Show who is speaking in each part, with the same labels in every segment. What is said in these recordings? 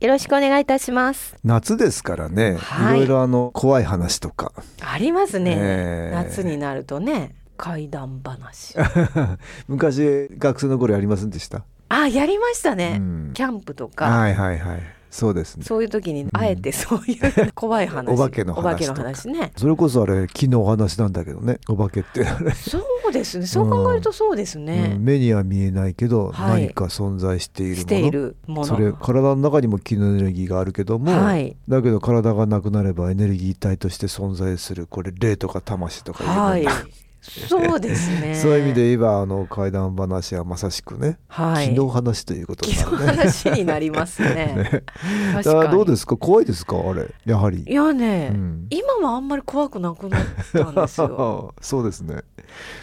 Speaker 1: よろしくお願いいたします。
Speaker 2: 夏ですからね、、
Speaker 1: はいい
Speaker 2: ろいろあの怖い話とか、
Speaker 1: ありますね。
Speaker 2: ええ
Speaker 1: 夏になるとね、怪談話。
Speaker 2: 昔学生の頃やりませんでした
Speaker 1: あ、やりましたね。
Speaker 2: うん
Speaker 1: キャンプとか、
Speaker 2: はいはいはいそうですね
Speaker 1: そういう時にあえてそういう 怖い話、
Speaker 2: お化けの話
Speaker 1: お化けの話ね。
Speaker 2: それこそあれ昨日お話なんだけどねお化けってあれ、
Speaker 1: そうですね。そう考えるとそうです
Speaker 2: う
Speaker 1: ね
Speaker 2: ん。目には見えないけど、
Speaker 1: はい
Speaker 2: 何か存在しているもの
Speaker 1: しているもの。
Speaker 2: それ体の中にも気のエネルギーがあるけども、
Speaker 1: はい
Speaker 2: だけど体がなくなればエネルギー体として存在するこれ霊とか魂とかいうもの
Speaker 1: はい。そうですね。
Speaker 2: そういう意味で言えばあの怪談話はまさしくね、
Speaker 1: はい。
Speaker 2: 気の話ということにな
Speaker 1: 昨
Speaker 2: る
Speaker 1: 日
Speaker 2: ね。
Speaker 1: 話になり ますね。
Speaker 2: ね
Speaker 1: 確
Speaker 2: だか
Speaker 1: からに。
Speaker 2: どうですか怖いですかあれやはり。
Speaker 1: いやね、
Speaker 2: うん
Speaker 1: 今はあんまり怖くなくなったんです よ。
Speaker 2: そうですね。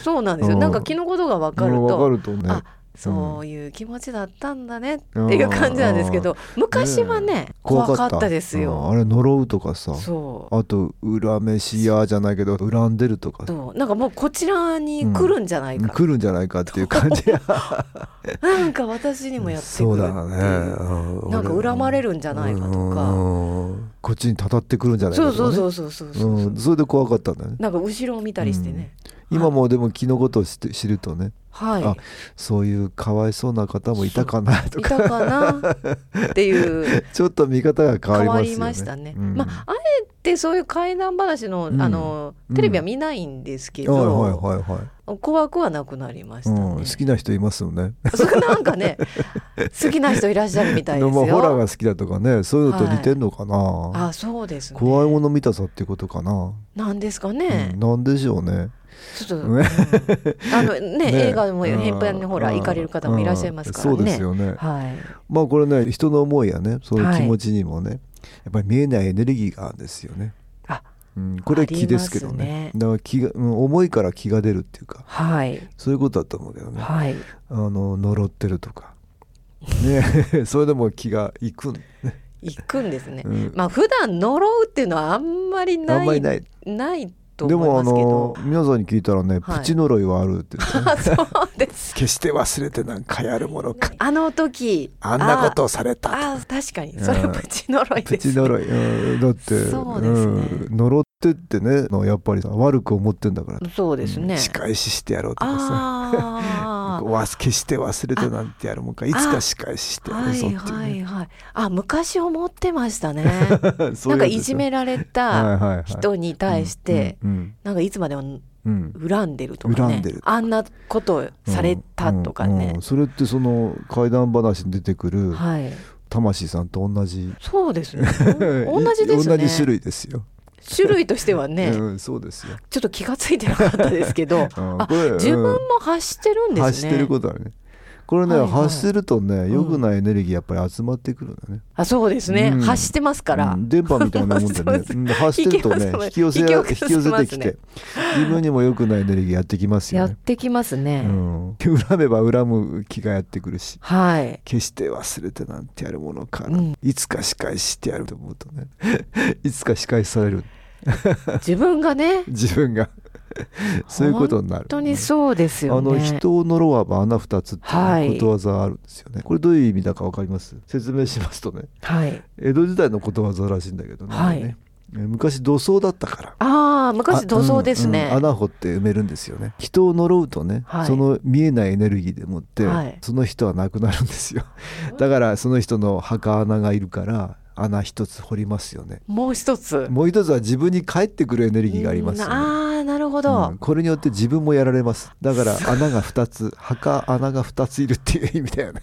Speaker 1: そうなんですよ。
Speaker 2: うん
Speaker 1: なんか気のことが分かる
Speaker 2: うんわ
Speaker 1: と、
Speaker 2: かるとね
Speaker 1: あそういう気持ちだったんだねっていう感じなんですけど、昔はね、怖かったです
Speaker 2: うんあ
Speaker 1: よ。
Speaker 2: れ呪うとかさ
Speaker 1: そう。
Speaker 2: あと恨めしやじゃないけど恨んでるとか
Speaker 1: そうなんかもうこちらに来るんじゃないか、
Speaker 2: 来るんじゃないかっていう感 じや。
Speaker 1: なんか私にもやってくる
Speaker 2: そ
Speaker 1: っ
Speaker 2: う
Speaker 1: てい
Speaker 2: だ
Speaker 1: う
Speaker 2: ね。うん
Speaker 1: なんか恨まれるんじゃないかとか
Speaker 2: うんうんこっちにたたってくるんじゃないか
Speaker 1: そ
Speaker 2: と
Speaker 1: う
Speaker 2: か、ね。
Speaker 1: そうそうそうそうそう、
Speaker 2: うんそれで怖かったんだね。
Speaker 1: なんか後ろを見たりしてね、
Speaker 2: 今もでも気のことを知って知るとね、
Speaker 1: はい
Speaker 2: あそういうかわいそうな方もいたかなと
Speaker 1: い
Speaker 2: か
Speaker 1: たかなっていう
Speaker 2: ちょっと見方が 変
Speaker 1: 変
Speaker 2: わ
Speaker 1: わ
Speaker 2: り
Speaker 1: り
Speaker 2: ま
Speaker 1: ますした
Speaker 2: よね。
Speaker 1: ね
Speaker 2: うん
Speaker 1: まああえてそういう怪談話の,、
Speaker 2: うん
Speaker 1: あのテレビは見ないんですけど、
Speaker 2: はいはいはいはい。
Speaker 1: 怖くはなくなりましたね、
Speaker 2: うん、好きな人いますよね。
Speaker 1: それなんかね好きな人いらっしゃるみたいです
Speaker 2: も
Speaker 1: よ。
Speaker 2: ホラーが好きだとかね、そういうのと似てんのかな。
Speaker 1: あそうですね。
Speaker 2: 怖いもの見たさっていうことかな。
Speaker 1: なんですかね。
Speaker 2: うんなんでしょうね。
Speaker 1: ちょっと、
Speaker 2: ね
Speaker 1: うんあの ね映画でも
Speaker 2: うん
Speaker 1: 変編にほら行かれる方もいらっしゃいますからね。
Speaker 2: うんそうですよね。
Speaker 1: はい。
Speaker 2: まあこれね人の思いやねその
Speaker 1: はい
Speaker 2: 気持ちにもね、やっぱり見えないエネルギーがあるんですよね。
Speaker 1: あ
Speaker 2: うん、これは気ですけど
Speaker 1: ありま
Speaker 2: ね
Speaker 1: すね
Speaker 2: だから気が、うん、思いから気が出るっていうか
Speaker 1: はい
Speaker 2: そういうことだと思うけどねあ
Speaker 1: はい。
Speaker 2: の呪ってるとか、ね、それでも気がいくん、ね
Speaker 1: 行くんですね。
Speaker 2: うん
Speaker 1: まあ普段呪うっていうのはあんまりない
Speaker 2: あんまりない
Speaker 1: ないと
Speaker 2: で
Speaker 1: 思い
Speaker 2: もあ
Speaker 1: ますけど
Speaker 2: の。皆さんに聞いたらね
Speaker 1: はい
Speaker 2: プチ呪いはあるって言ってね、
Speaker 1: あそうです。
Speaker 2: 決して忘れてなんかやるものか
Speaker 1: あの時
Speaker 2: あんなことをされたと
Speaker 1: ああ確かにそれ
Speaker 2: うん
Speaker 1: プチ呪いです、
Speaker 2: プ
Speaker 1: ね。
Speaker 2: チ呪い、うん、だって
Speaker 1: そうですね
Speaker 2: ん、呪ってってねあのやっぱりさ悪く思ってんだから
Speaker 1: そうですね。
Speaker 2: うん仕返ししてやろうとかさ
Speaker 1: あ
Speaker 2: わ決して忘れてなんてやるもんかいつか仕返しして
Speaker 1: あ、
Speaker 2: やる
Speaker 1: は
Speaker 2: ぞっ
Speaker 1: い
Speaker 2: ていう
Speaker 1: は
Speaker 2: ね
Speaker 1: いはい。あ、昔思ってましたね。
Speaker 2: そう
Speaker 1: な
Speaker 2: う
Speaker 1: か
Speaker 2: んやつで
Speaker 1: い
Speaker 2: す
Speaker 1: じ
Speaker 2: よ
Speaker 1: められ
Speaker 2: はい
Speaker 1: た
Speaker 2: はいはい
Speaker 1: 人に対して、
Speaker 2: うん
Speaker 1: なんかいつまでも
Speaker 2: うんうん
Speaker 1: 恨んでるとか
Speaker 2: 恨ん
Speaker 1: ね
Speaker 2: でる、
Speaker 1: あんなことされたとか
Speaker 2: うんうん
Speaker 1: ね
Speaker 2: うん。それってその怪談話に出てくる
Speaker 1: はい。
Speaker 2: 魂さんと同じ
Speaker 1: そうですね。お同じですね。
Speaker 2: 同じ種類ですよ、
Speaker 1: 種類としてはね、
Speaker 2: うん、そうですよ
Speaker 1: ちょっと気がついてなかったですけど、
Speaker 2: うん
Speaker 1: あ
Speaker 2: これ、
Speaker 1: 自分も発してるんですね。
Speaker 2: 発してることあるねこれね、
Speaker 1: はいはい
Speaker 2: 発するとね良くないエネルギーやっぱり集まってくるんだね、
Speaker 1: あ、そうですね。
Speaker 2: うん
Speaker 1: 発してますから。
Speaker 2: うん電波みたいなもん で
Speaker 1: そう
Speaker 2: ね
Speaker 1: です
Speaker 2: うん発してるとね引
Speaker 1: 引
Speaker 2: き
Speaker 1: き寄
Speaker 2: 寄
Speaker 1: せ
Speaker 2: せ引
Speaker 1: ます
Speaker 2: き寄せてきて自分にも良くないエネルギーやってきます
Speaker 1: や
Speaker 2: よ
Speaker 1: っ
Speaker 2: ね、
Speaker 1: てきますね。
Speaker 2: うん、 恨めば恨む気がやってくるし
Speaker 1: はい。
Speaker 2: 決して忘れてなんてやるものか、
Speaker 1: うん
Speaker 2: いつか仕返ししてやると思うとね いつか仕返しされる
Speaker 1: 自分がね、
Speaker 2: 自 分がそういうことになる
Speaker 1: 本当にそうですよ
Speaker 2: あの
Speaker 1: ね。
Speaker 2: 人を呪わば穴二つって
Speaker 1: はいいう
Speaker 2: ことわざあるんですよね、これどういう意味だかわかります説明しますとね
Speaker 1: はい。
Speaker 2: 江戸時代のことわざらしいんだけどね,、
Speaker 1: はい
Speaker 2: ね昔土葬だったから
Speaker 1: ああ、昔土葬です
Speaker 2: う
Speaker 1: ね
Speaker 2: ん。うん穴掘って埋めるんですよね人を呪うとね、
Speaker 1: はい
Speaker 2: その見えないエネルギーでもって、
Speaker 1: はい
Speaker 2: その人は亡くなるんです よだからその人の墓穴がいるから穴一つ掘りますよね
Speaker 1: もう一つ。
Speaker 2: もう一つは自分に返ってくるエネルギーがありますよね
Speaker 1: ああなるほど、
Speaker 2: うんこれによって自分もやられますだから穴が2つ墓穴が2ついるっていう意味だ よね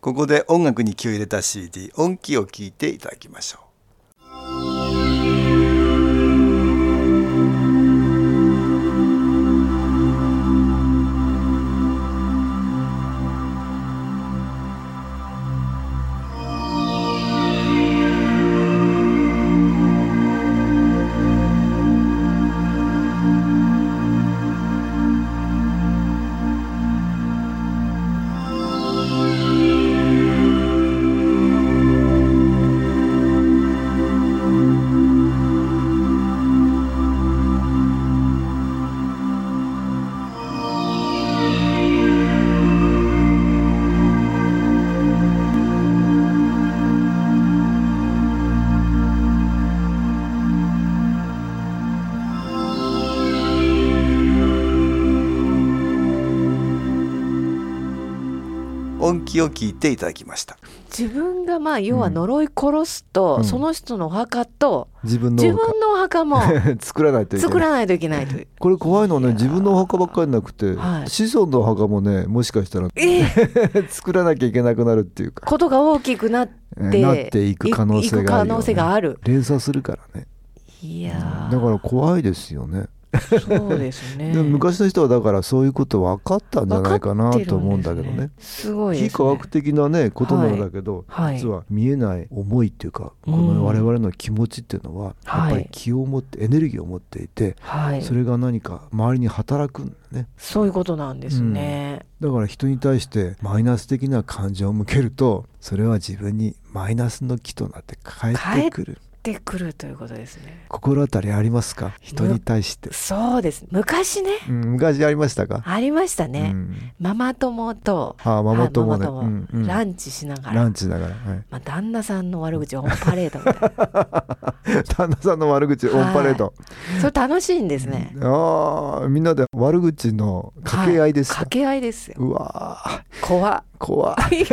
Speaker 3: ここで音楽に気を入れた CD 音気を聞いていただきましょう音気を聞いていただきました
Speaker 1: 自分がまあ要は呪い殺すと、
Speaker 2: うん
Speaker 1: その人のお墓と
Speaker 2: 自分の
Speaker 1: 自分のお墓 も
Speaker 2: 作らないといけ
Speaker 1: 作
Speaker 2: ない
Speaker 1: らないといけない という。
Speaker 2: これ怖いのはね自分のお墓ばっかりなくて、
Speaker 1: はい
Speaker 2: 子孫のお墓もね もしかしたら
Speaker 1: ええ
Speaker 2: 作らなきゃいけなくなるっていうか
Speaker 1: ことが大きくなって
Speaker 2: なっていく可能性があるよね
Speaker 1: いく可能性がある
Speaker 2: 連鎖するからね
Speaker 1: い
Speaker 2: だ
Speaker 1: やー
Speaker 2: から怖いですよね、
Speaker 1: そうですね
Speaker 2: でも昔の人はだからそういうこと分かったんじゃないかなと思うんだけどね
Speaker 1: すごいです、ね、
Speaker 2: 非科学的なねことなんだけど、
Speaker 1: はい
Speaker 2: 実は見えない思いっていうか、
Speaker 1: うん
Speaker 2: この我々の気持ちっていうのはや
Speaker 1: は
Speaker 2: っ
Speaker 1: い
Speaker 2: ぱり気を持ってエネルギーを持っていて、
Speaker 1: はい
Speaker 2: それが何か周りに働くんだね
Speaker 1: そういうことなんですね、
Speaker 2: だから人に対してマイナス的な感情を向けるとそれは自分にマイナスの気となって返ってくる
Speaker 1: でくるということですね
Speaker 2: 心当たりありますか人に対して、
Speaker 1: そうです昔ね
Speaker 2: うん、昔ありましたか、
Speaker 1: ありました
Speaker 2: う
Speaker 1: ね、
Speaker 2: ん、
Speaker 1: ママ友と
Speaker 2: ああママ友ね、
Speaker 1: はいママ友
Speaker 2: うんうん
Speaker 1: ランチしながら、
Speaker 2: ランチだから、はい、
Speaker 1: まあ、旦那さんの悪口オンパ レードみたい
Speaker 2: 旦那さんの悪口オンパレード、
Speaker 1: なそれ楽しいんですね
Speaker 2: ああみんなで悪口の掛け合いですか、
Speaker 1: 掛け合いですよ
Speaker 2: うわー
Speaker 1: 怖
Speaker 2: 怖い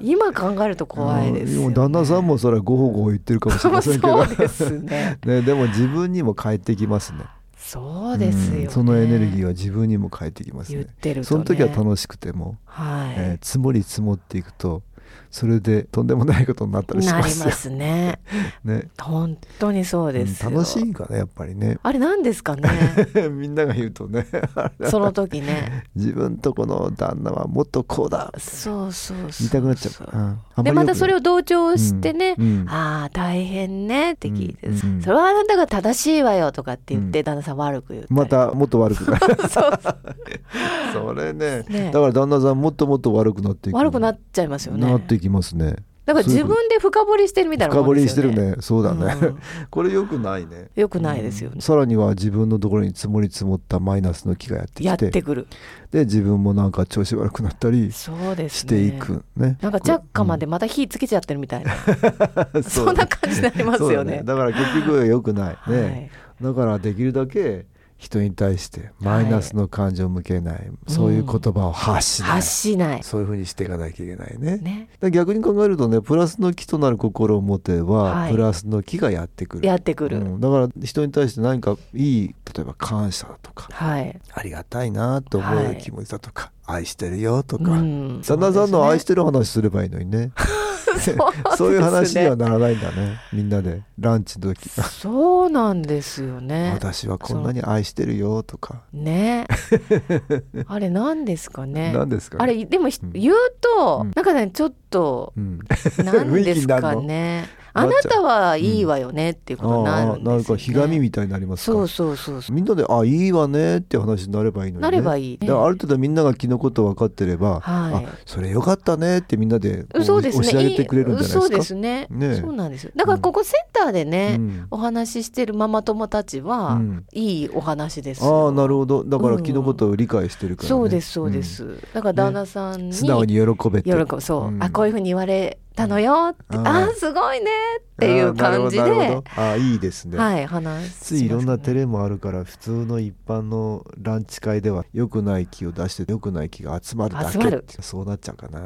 Speaker 1: 今考えると怖いですよ、ね、
Speaker 2: も旦那さんもそれはごほごほ言ってるかもしれませんけど
Speaker 1: そうですね
Speaker 2: ね、でも自分にも返ってきますね
Speaker 1: そうですよ、ね
Speaker 2: うんそのエネルギー
Speaker 1: を
Speaker 2: は自分にも返ってきます
Speaker 1: 言っ
Speaker 2: ね
Speaker 1: てると、ね、
Speaker 2: その時は楽しくても、
Speaker 1: はい、
Speaker 2: えー積もり積もっていくとそれでとんでもないことになったりし
Speaker 1: なり
Speaker 2: ま
Speaker 1: ます
Speaker 2: よ
Speaker 1: すね
Speaker 2: ね、
Speaker 1: 本当にそう
Speaker 2: う
Speaker 1: ですよ、
Speaker 2: ん楽しいからやっぱりね
Speaker 1: あれなんですかね
Speaker 2: みんなが言うとね
Speaker 1: その時ね
Speaker 2: 自分とこの旦那はもっとこうだ
Speaker 1: そうそうそう
Speaker 2: 言いたくなっちゃう、うんあんり
Speaker 1: で
Speaker 2: 良く
Speaker 1: ま
Speaker 2: ない
Speaker 1: たそれを同調してね、
Speaker 2: うんうん
Speaker 1: ああ大変ねって聞いて、
Speaker 2: うんうん
Speaker 1: それはあなたが正しいわよとかって言って、
Speaker 2: う
Speaker 1: 旦那さん悪く言って
Speaker 2: またもっと悪くなる
Speaker 1: そうそう
Speaker 2: それね
Speaker 1: ね
Speaker 2: だから旦那さんもっともっと悪くなっていく
Speaker 1: 悪くな
Speaker 2: っ
Speaker 1: っちゃいますよね
Speaker 2: なっていきますね
Speaker 1: だから自分で深掘りしてるみたいな
Speaker 2: 深
Speaker 1: も
Speaker 2: 掘
Speaker 1: んで
Speaker 2: りし
Speaker 1: す
Speaker 2: て
Speaker 1: よ
Speaker 2: る
Speaker 1: ね
Speaker 2: ねそうだね、
Speaker 1: うん
Speaker 2: これ良くないね
Speaker 1: よくないですよね、
Speaker 2: さらには自分のところに積もり積もったマイナスの気がやって
Speaker 1: や
Speaker 2: き
Speaker 1: っててくる
Speaker 2: で自分もなんか調子悪くなったり
Speaker 1: そうです
Speaker 2: し
Speaker 1: ね
Speaker 2: ていくね
Speaker 1: なんか着火までまた火つけちゃってるみたいな、
Speaker 2: これ
Speaker 1: そ
Speaker 2: うん
Speaker 1: な感じになります
Speaker 2: そう
Speaker 1: よ
Speaker 2: だ
Speaker 1: ね
Speaker 2: だから結局良くないね、
Speaker 1: はい
Speaker 2: だからできるだけ人に対してマイナスの感情を向けない、そういう言葉を発しない、
Speaker 1: 発しない
Speaker 2: そういうふうにしていかなきゃいけないね
Speaker 1: ね
Speaker 2: だから逆に考えるとねプラスの気となる心を持てば、
Speaker 1: はい
Speaker 2: プラスの気がやってくる
Speaker 1: やってくる、
Speaker 2: うんだから人に対して何かいい例えば感謝だとか
Speaker 1: はい
Speaker 2: ありがたいなと思
Speaker 1: は
Speaker 2: う
Speaker 1: い
Speaker 2: 気持ちだとか、愛してるよとか、
Speaker 1: うん
Speaker 2: 旦那さんの愛しててる話すればいいのにねそういう話にはならないんだねみんなでランチの時
Speaker 1: そうなんですよね
Speaker 2: 私はこんなに愛してるよとか
Speaker 1: ねあれ何ですかね
Speaker 2: 何ですかね
Speaker 1: あれでもひ、
Speaker 2: うん
Speaker 1: 言うと、
Speaker 2: うん
Speaker 1: なんかねちょっ と
Speaker 2: うん
Speaker 1: 何ですか
Speaker 2: 雰囲気に
Speaker 1: ね
Speaker 2: な
Speaker 1: あ
Speaker 2: んの
Speaker 1: なたはいいわよねっていうことにな
Speaker 2: あ
Speaker 1: るん
Speaker 2: あ
Speaker 1: ですよ、ね
Speaker 2: なんかひがみみたいになりますか
Speaker 1: そうそうそうそう
Speaker 2: みんなで「あいいわね」って話になればいいのに、ね、
Speaker 1: なればいいね
Speaker 2: だからある程度みんなが気のこと分かってれば「
Speaker 1: はい
Speaker 2: あそれよかったね」ってみんなでこう
Speaker 1: そうです
Speaker 2: 押
Speaker 1: ね
Speaker 2: し上げてくれるんじゃないですか。
Speaker 1: そうですね
Speaker 2: ね
Speaker 1: そうなんですよだからここセンターでね、
Speaker 2: うん
Speaker 1: お話ししてるママ友たちは、
Speaker 2: うん
Speaker 1: いいお話ですよ
Speaker 2: ああなるほどだから
Speaker 1: うん
Speaker 2: 気のことを理解してるから、ね
Speaker 1: そうですそうです、だから旦那さんに,、
Speaker 2: うん素直に喜べて
Speaker 1: 喜ぶそう、
Speaker 2: うん
Speaker 1: あこういうふうに言われたのよって、
Speaker 2: うん
Speaker 1: あーすごいねっていう感じで
Speaker 2: あーなるほどなるほどあーいいですね、
Speaker 1: はい話します
Speaker 2: ついいろんなテレもあるから普通の一般のランチ会では良くない気を出して良くない気が集まるだけ
Speaker 1: 集まる
Speaker 2: そうなっちゃうかな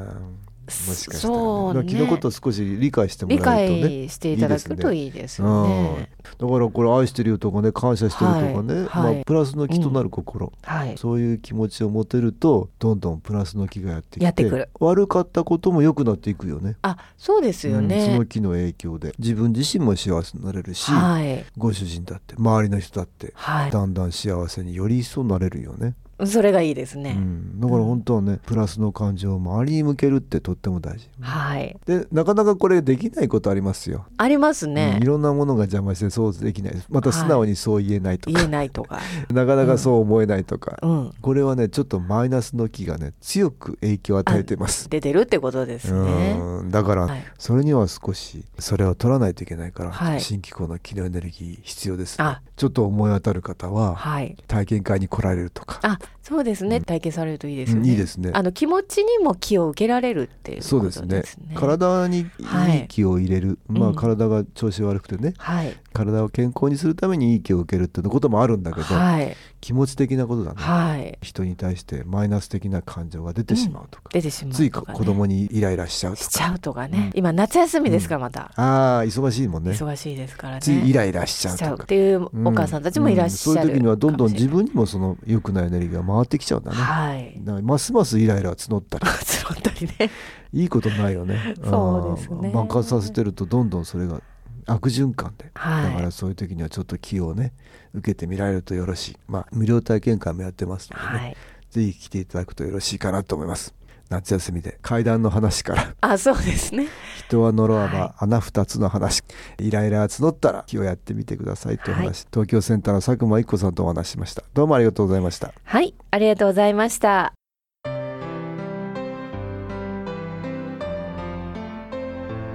Speaker 2: もしかしたら、ね、
Speaker 1: そうね
Speaker 2: だから気のことを少し理解しても
Speaker 1: 理
Speaker 2: らえるとね
Speaker 1: 解していただくといいですよね。
Speaker 2: うん、だからこれ愛してるよとかね感謝してるとかね、
Speaker 1: はいはい
Speaker 2: まあ、プラスの気となる心、
Speaker 1: はい。
Speaker 2: そういう気持ちを持てるとどんどんプラスの気がやってきて
Speaker 1: やってくる
Speaker 2: 悪かったことも良くなっていくよね。
Speaker 1: あ、そうですよ
Speaker 2: うんその
Speaker 1: ね。
Speaker 2: 気の影響で自分自身も幸せになれるし、
Speaker 1: はい。
Speaker 2: ご主人だって周りの人だって
Speaker 1: は
Speaker 2: だんだん幸せにより一層なれるよね。
Speaker 1: い。それがいいです
Speaker 2: う
Speaker 1: ね。
Speaker 2: ん、だから本当はねプラスの感情を周りに向けるってとっても大事。
Speaker 1: はい。
Speaker 2: でなかなかこれできないことありますよ。
Speaker 1: あります
Speaker 2: うん
Speaker 1: ね
Speaker 2: い。ろんなものが邪魔してそうできないまた素直にそう言えないとか、
Speaker 1: 言えないとか。
Speaker 2: なかなかそう思えないとか、
Speaker 1: うん。
Speaker 2: これはねちょっとマイナスの気がね強く影響を与えてます。
Speaker 1: 出てるってことですね。
Speaker 2: うんだから、
Speaker 1: はい
Speaker 2: それには少しそれを取らないといけないから、
Speaker 1: はい
Speaker 2: 新機構の気のエネルギー必要ですね、
Speaker 1: あ
Speaker 2: ちょっと思い当たる方は
Speaker 1: はい。
Speaker 2: 体験会に来られるとか、
Speaker 1: あ、そうですね。
Speaker 2: うん
Speaker 1: 体験されるといいです
Speaker 2: う
Speaker 1: よ
Speaker 2: ん
Speaker 1: ね。
Speaker 2: いいですね
Speaker 1: あの気持ちにも気を受けられるっていう
Speaker 2: そう
Speaker 1: こと
Speaker 2: で
Speaker 1: ですす
Speaker 2: ね
Speaker 1: ね。
Speaker 2: 体にいい気を入れる、
Speaker 1: い
Speaker 2: ま
Speaker 1: う
Speaker 2: あ
Speaker 1: ん
Speaker 2: 体が調子悪くてね、
Speaker 1: はい
Speaker 2: 体を健康にするためにいい気を受けるってこともあるんだけど、
Speaker 1: はい
Speaker 2: 気持ち的なことだね、
Speaker 1: はい
Speaker 2: 人に対してマイナス的な感情が出てしまうとか、
Speaker 1: 出てしまう
Speaker 2: つい
Speaker 1: と
Speaker 2: 子
Speaker 1: か、ね、
Speaker 2: 供にイライラしちゃうと
Speaker 1: しち
Speaker 2: か
Speaker 1: ゃうとかね。今夏休みですからまた、
Speaker 2: ああ忙しいもんね
Speaker 1: 忙しいですからね。
Speaker 2: ついイライラしちゃ
Speaker 1: し
Speaker 2: う
Speaker 1: ち
Speaker 2: と
Speaker 1: ゃう
Speaker 2: か
Speaker 1: っ。ていう
Speaker 2: う
Speaker 1: お母さんたちもいらっしゃる、
Speaker 2: うんそういう時にはどんどん自
Speaker 1: 分
Speaker 2: 分にもその良くないエネルギーが回ってきちゃうんだね、
Speaker 1: はい。
Speaker 2: だからますますイライラ募ったり
Speaker 1: つろったりね。
Speaker 2: いいことないよね
Speaker 1: そうですね
Speaker 2: あー爆発させてるとどんどんそれが悪循環で、
Speaker 1: はい
Speaker 2: だからそういう時にはちょっと気をね受けてみられるとよろしいまあ無料体験会もやってますのでね、
Speaker 1: はい。
Speaker 2: ぜひ来ていただくとよろしいかなと思います夏休みで階段の話から
Speaker 1: あ、そうですね。
Speaker 2: 人は呪わば、
Speaker 1: は
Speaker 2: 穴二つの話イライラが募ったら気をやってみてくださいという話、
Speaker 1: はい
Speaker 2: 東京センターの佐久間一子さんとお話ししましたどうもありがとうございました
Speaker 1: はい、ありがとうございました。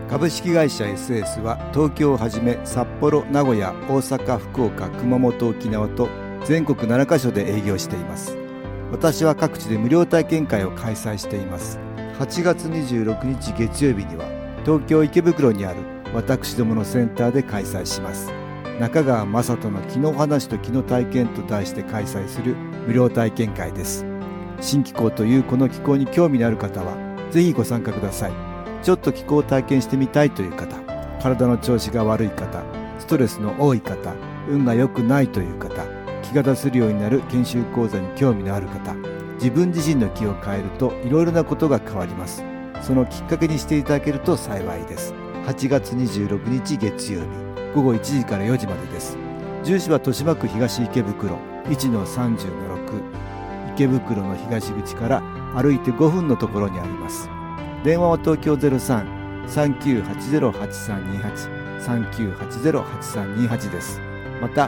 Speaker 3: 株式会社 SS は東京をはじめ札幌名古屋大阪福岡熊本沖縄と全国7カ所で営業しています私は各地で無料体験会を開催しています8月26日月曜日には東京池袋にある私どものセンターで開催します中川雅人の気の話と気の体験と題して開催する無料体験会です新機構というこの機構に興味のある方はぜひご参加くださいちょっと気候を体験してみたいという方体の調子が悪い方ストレスの多い方運が良くないという方気が出せるようになる研修講座に興味のある方自分自身の気を変えるといろいろなことが変わりますそのきっかけにしていただけると幸いです8月26日月曜日午後1時から4時までです住所は豊島区東池袋1-30-6池袋の東口から歩いて5分のところにあります電話は東京ゼロ三三九八ゼロ八三二八三九八ゼロ八三二八です。また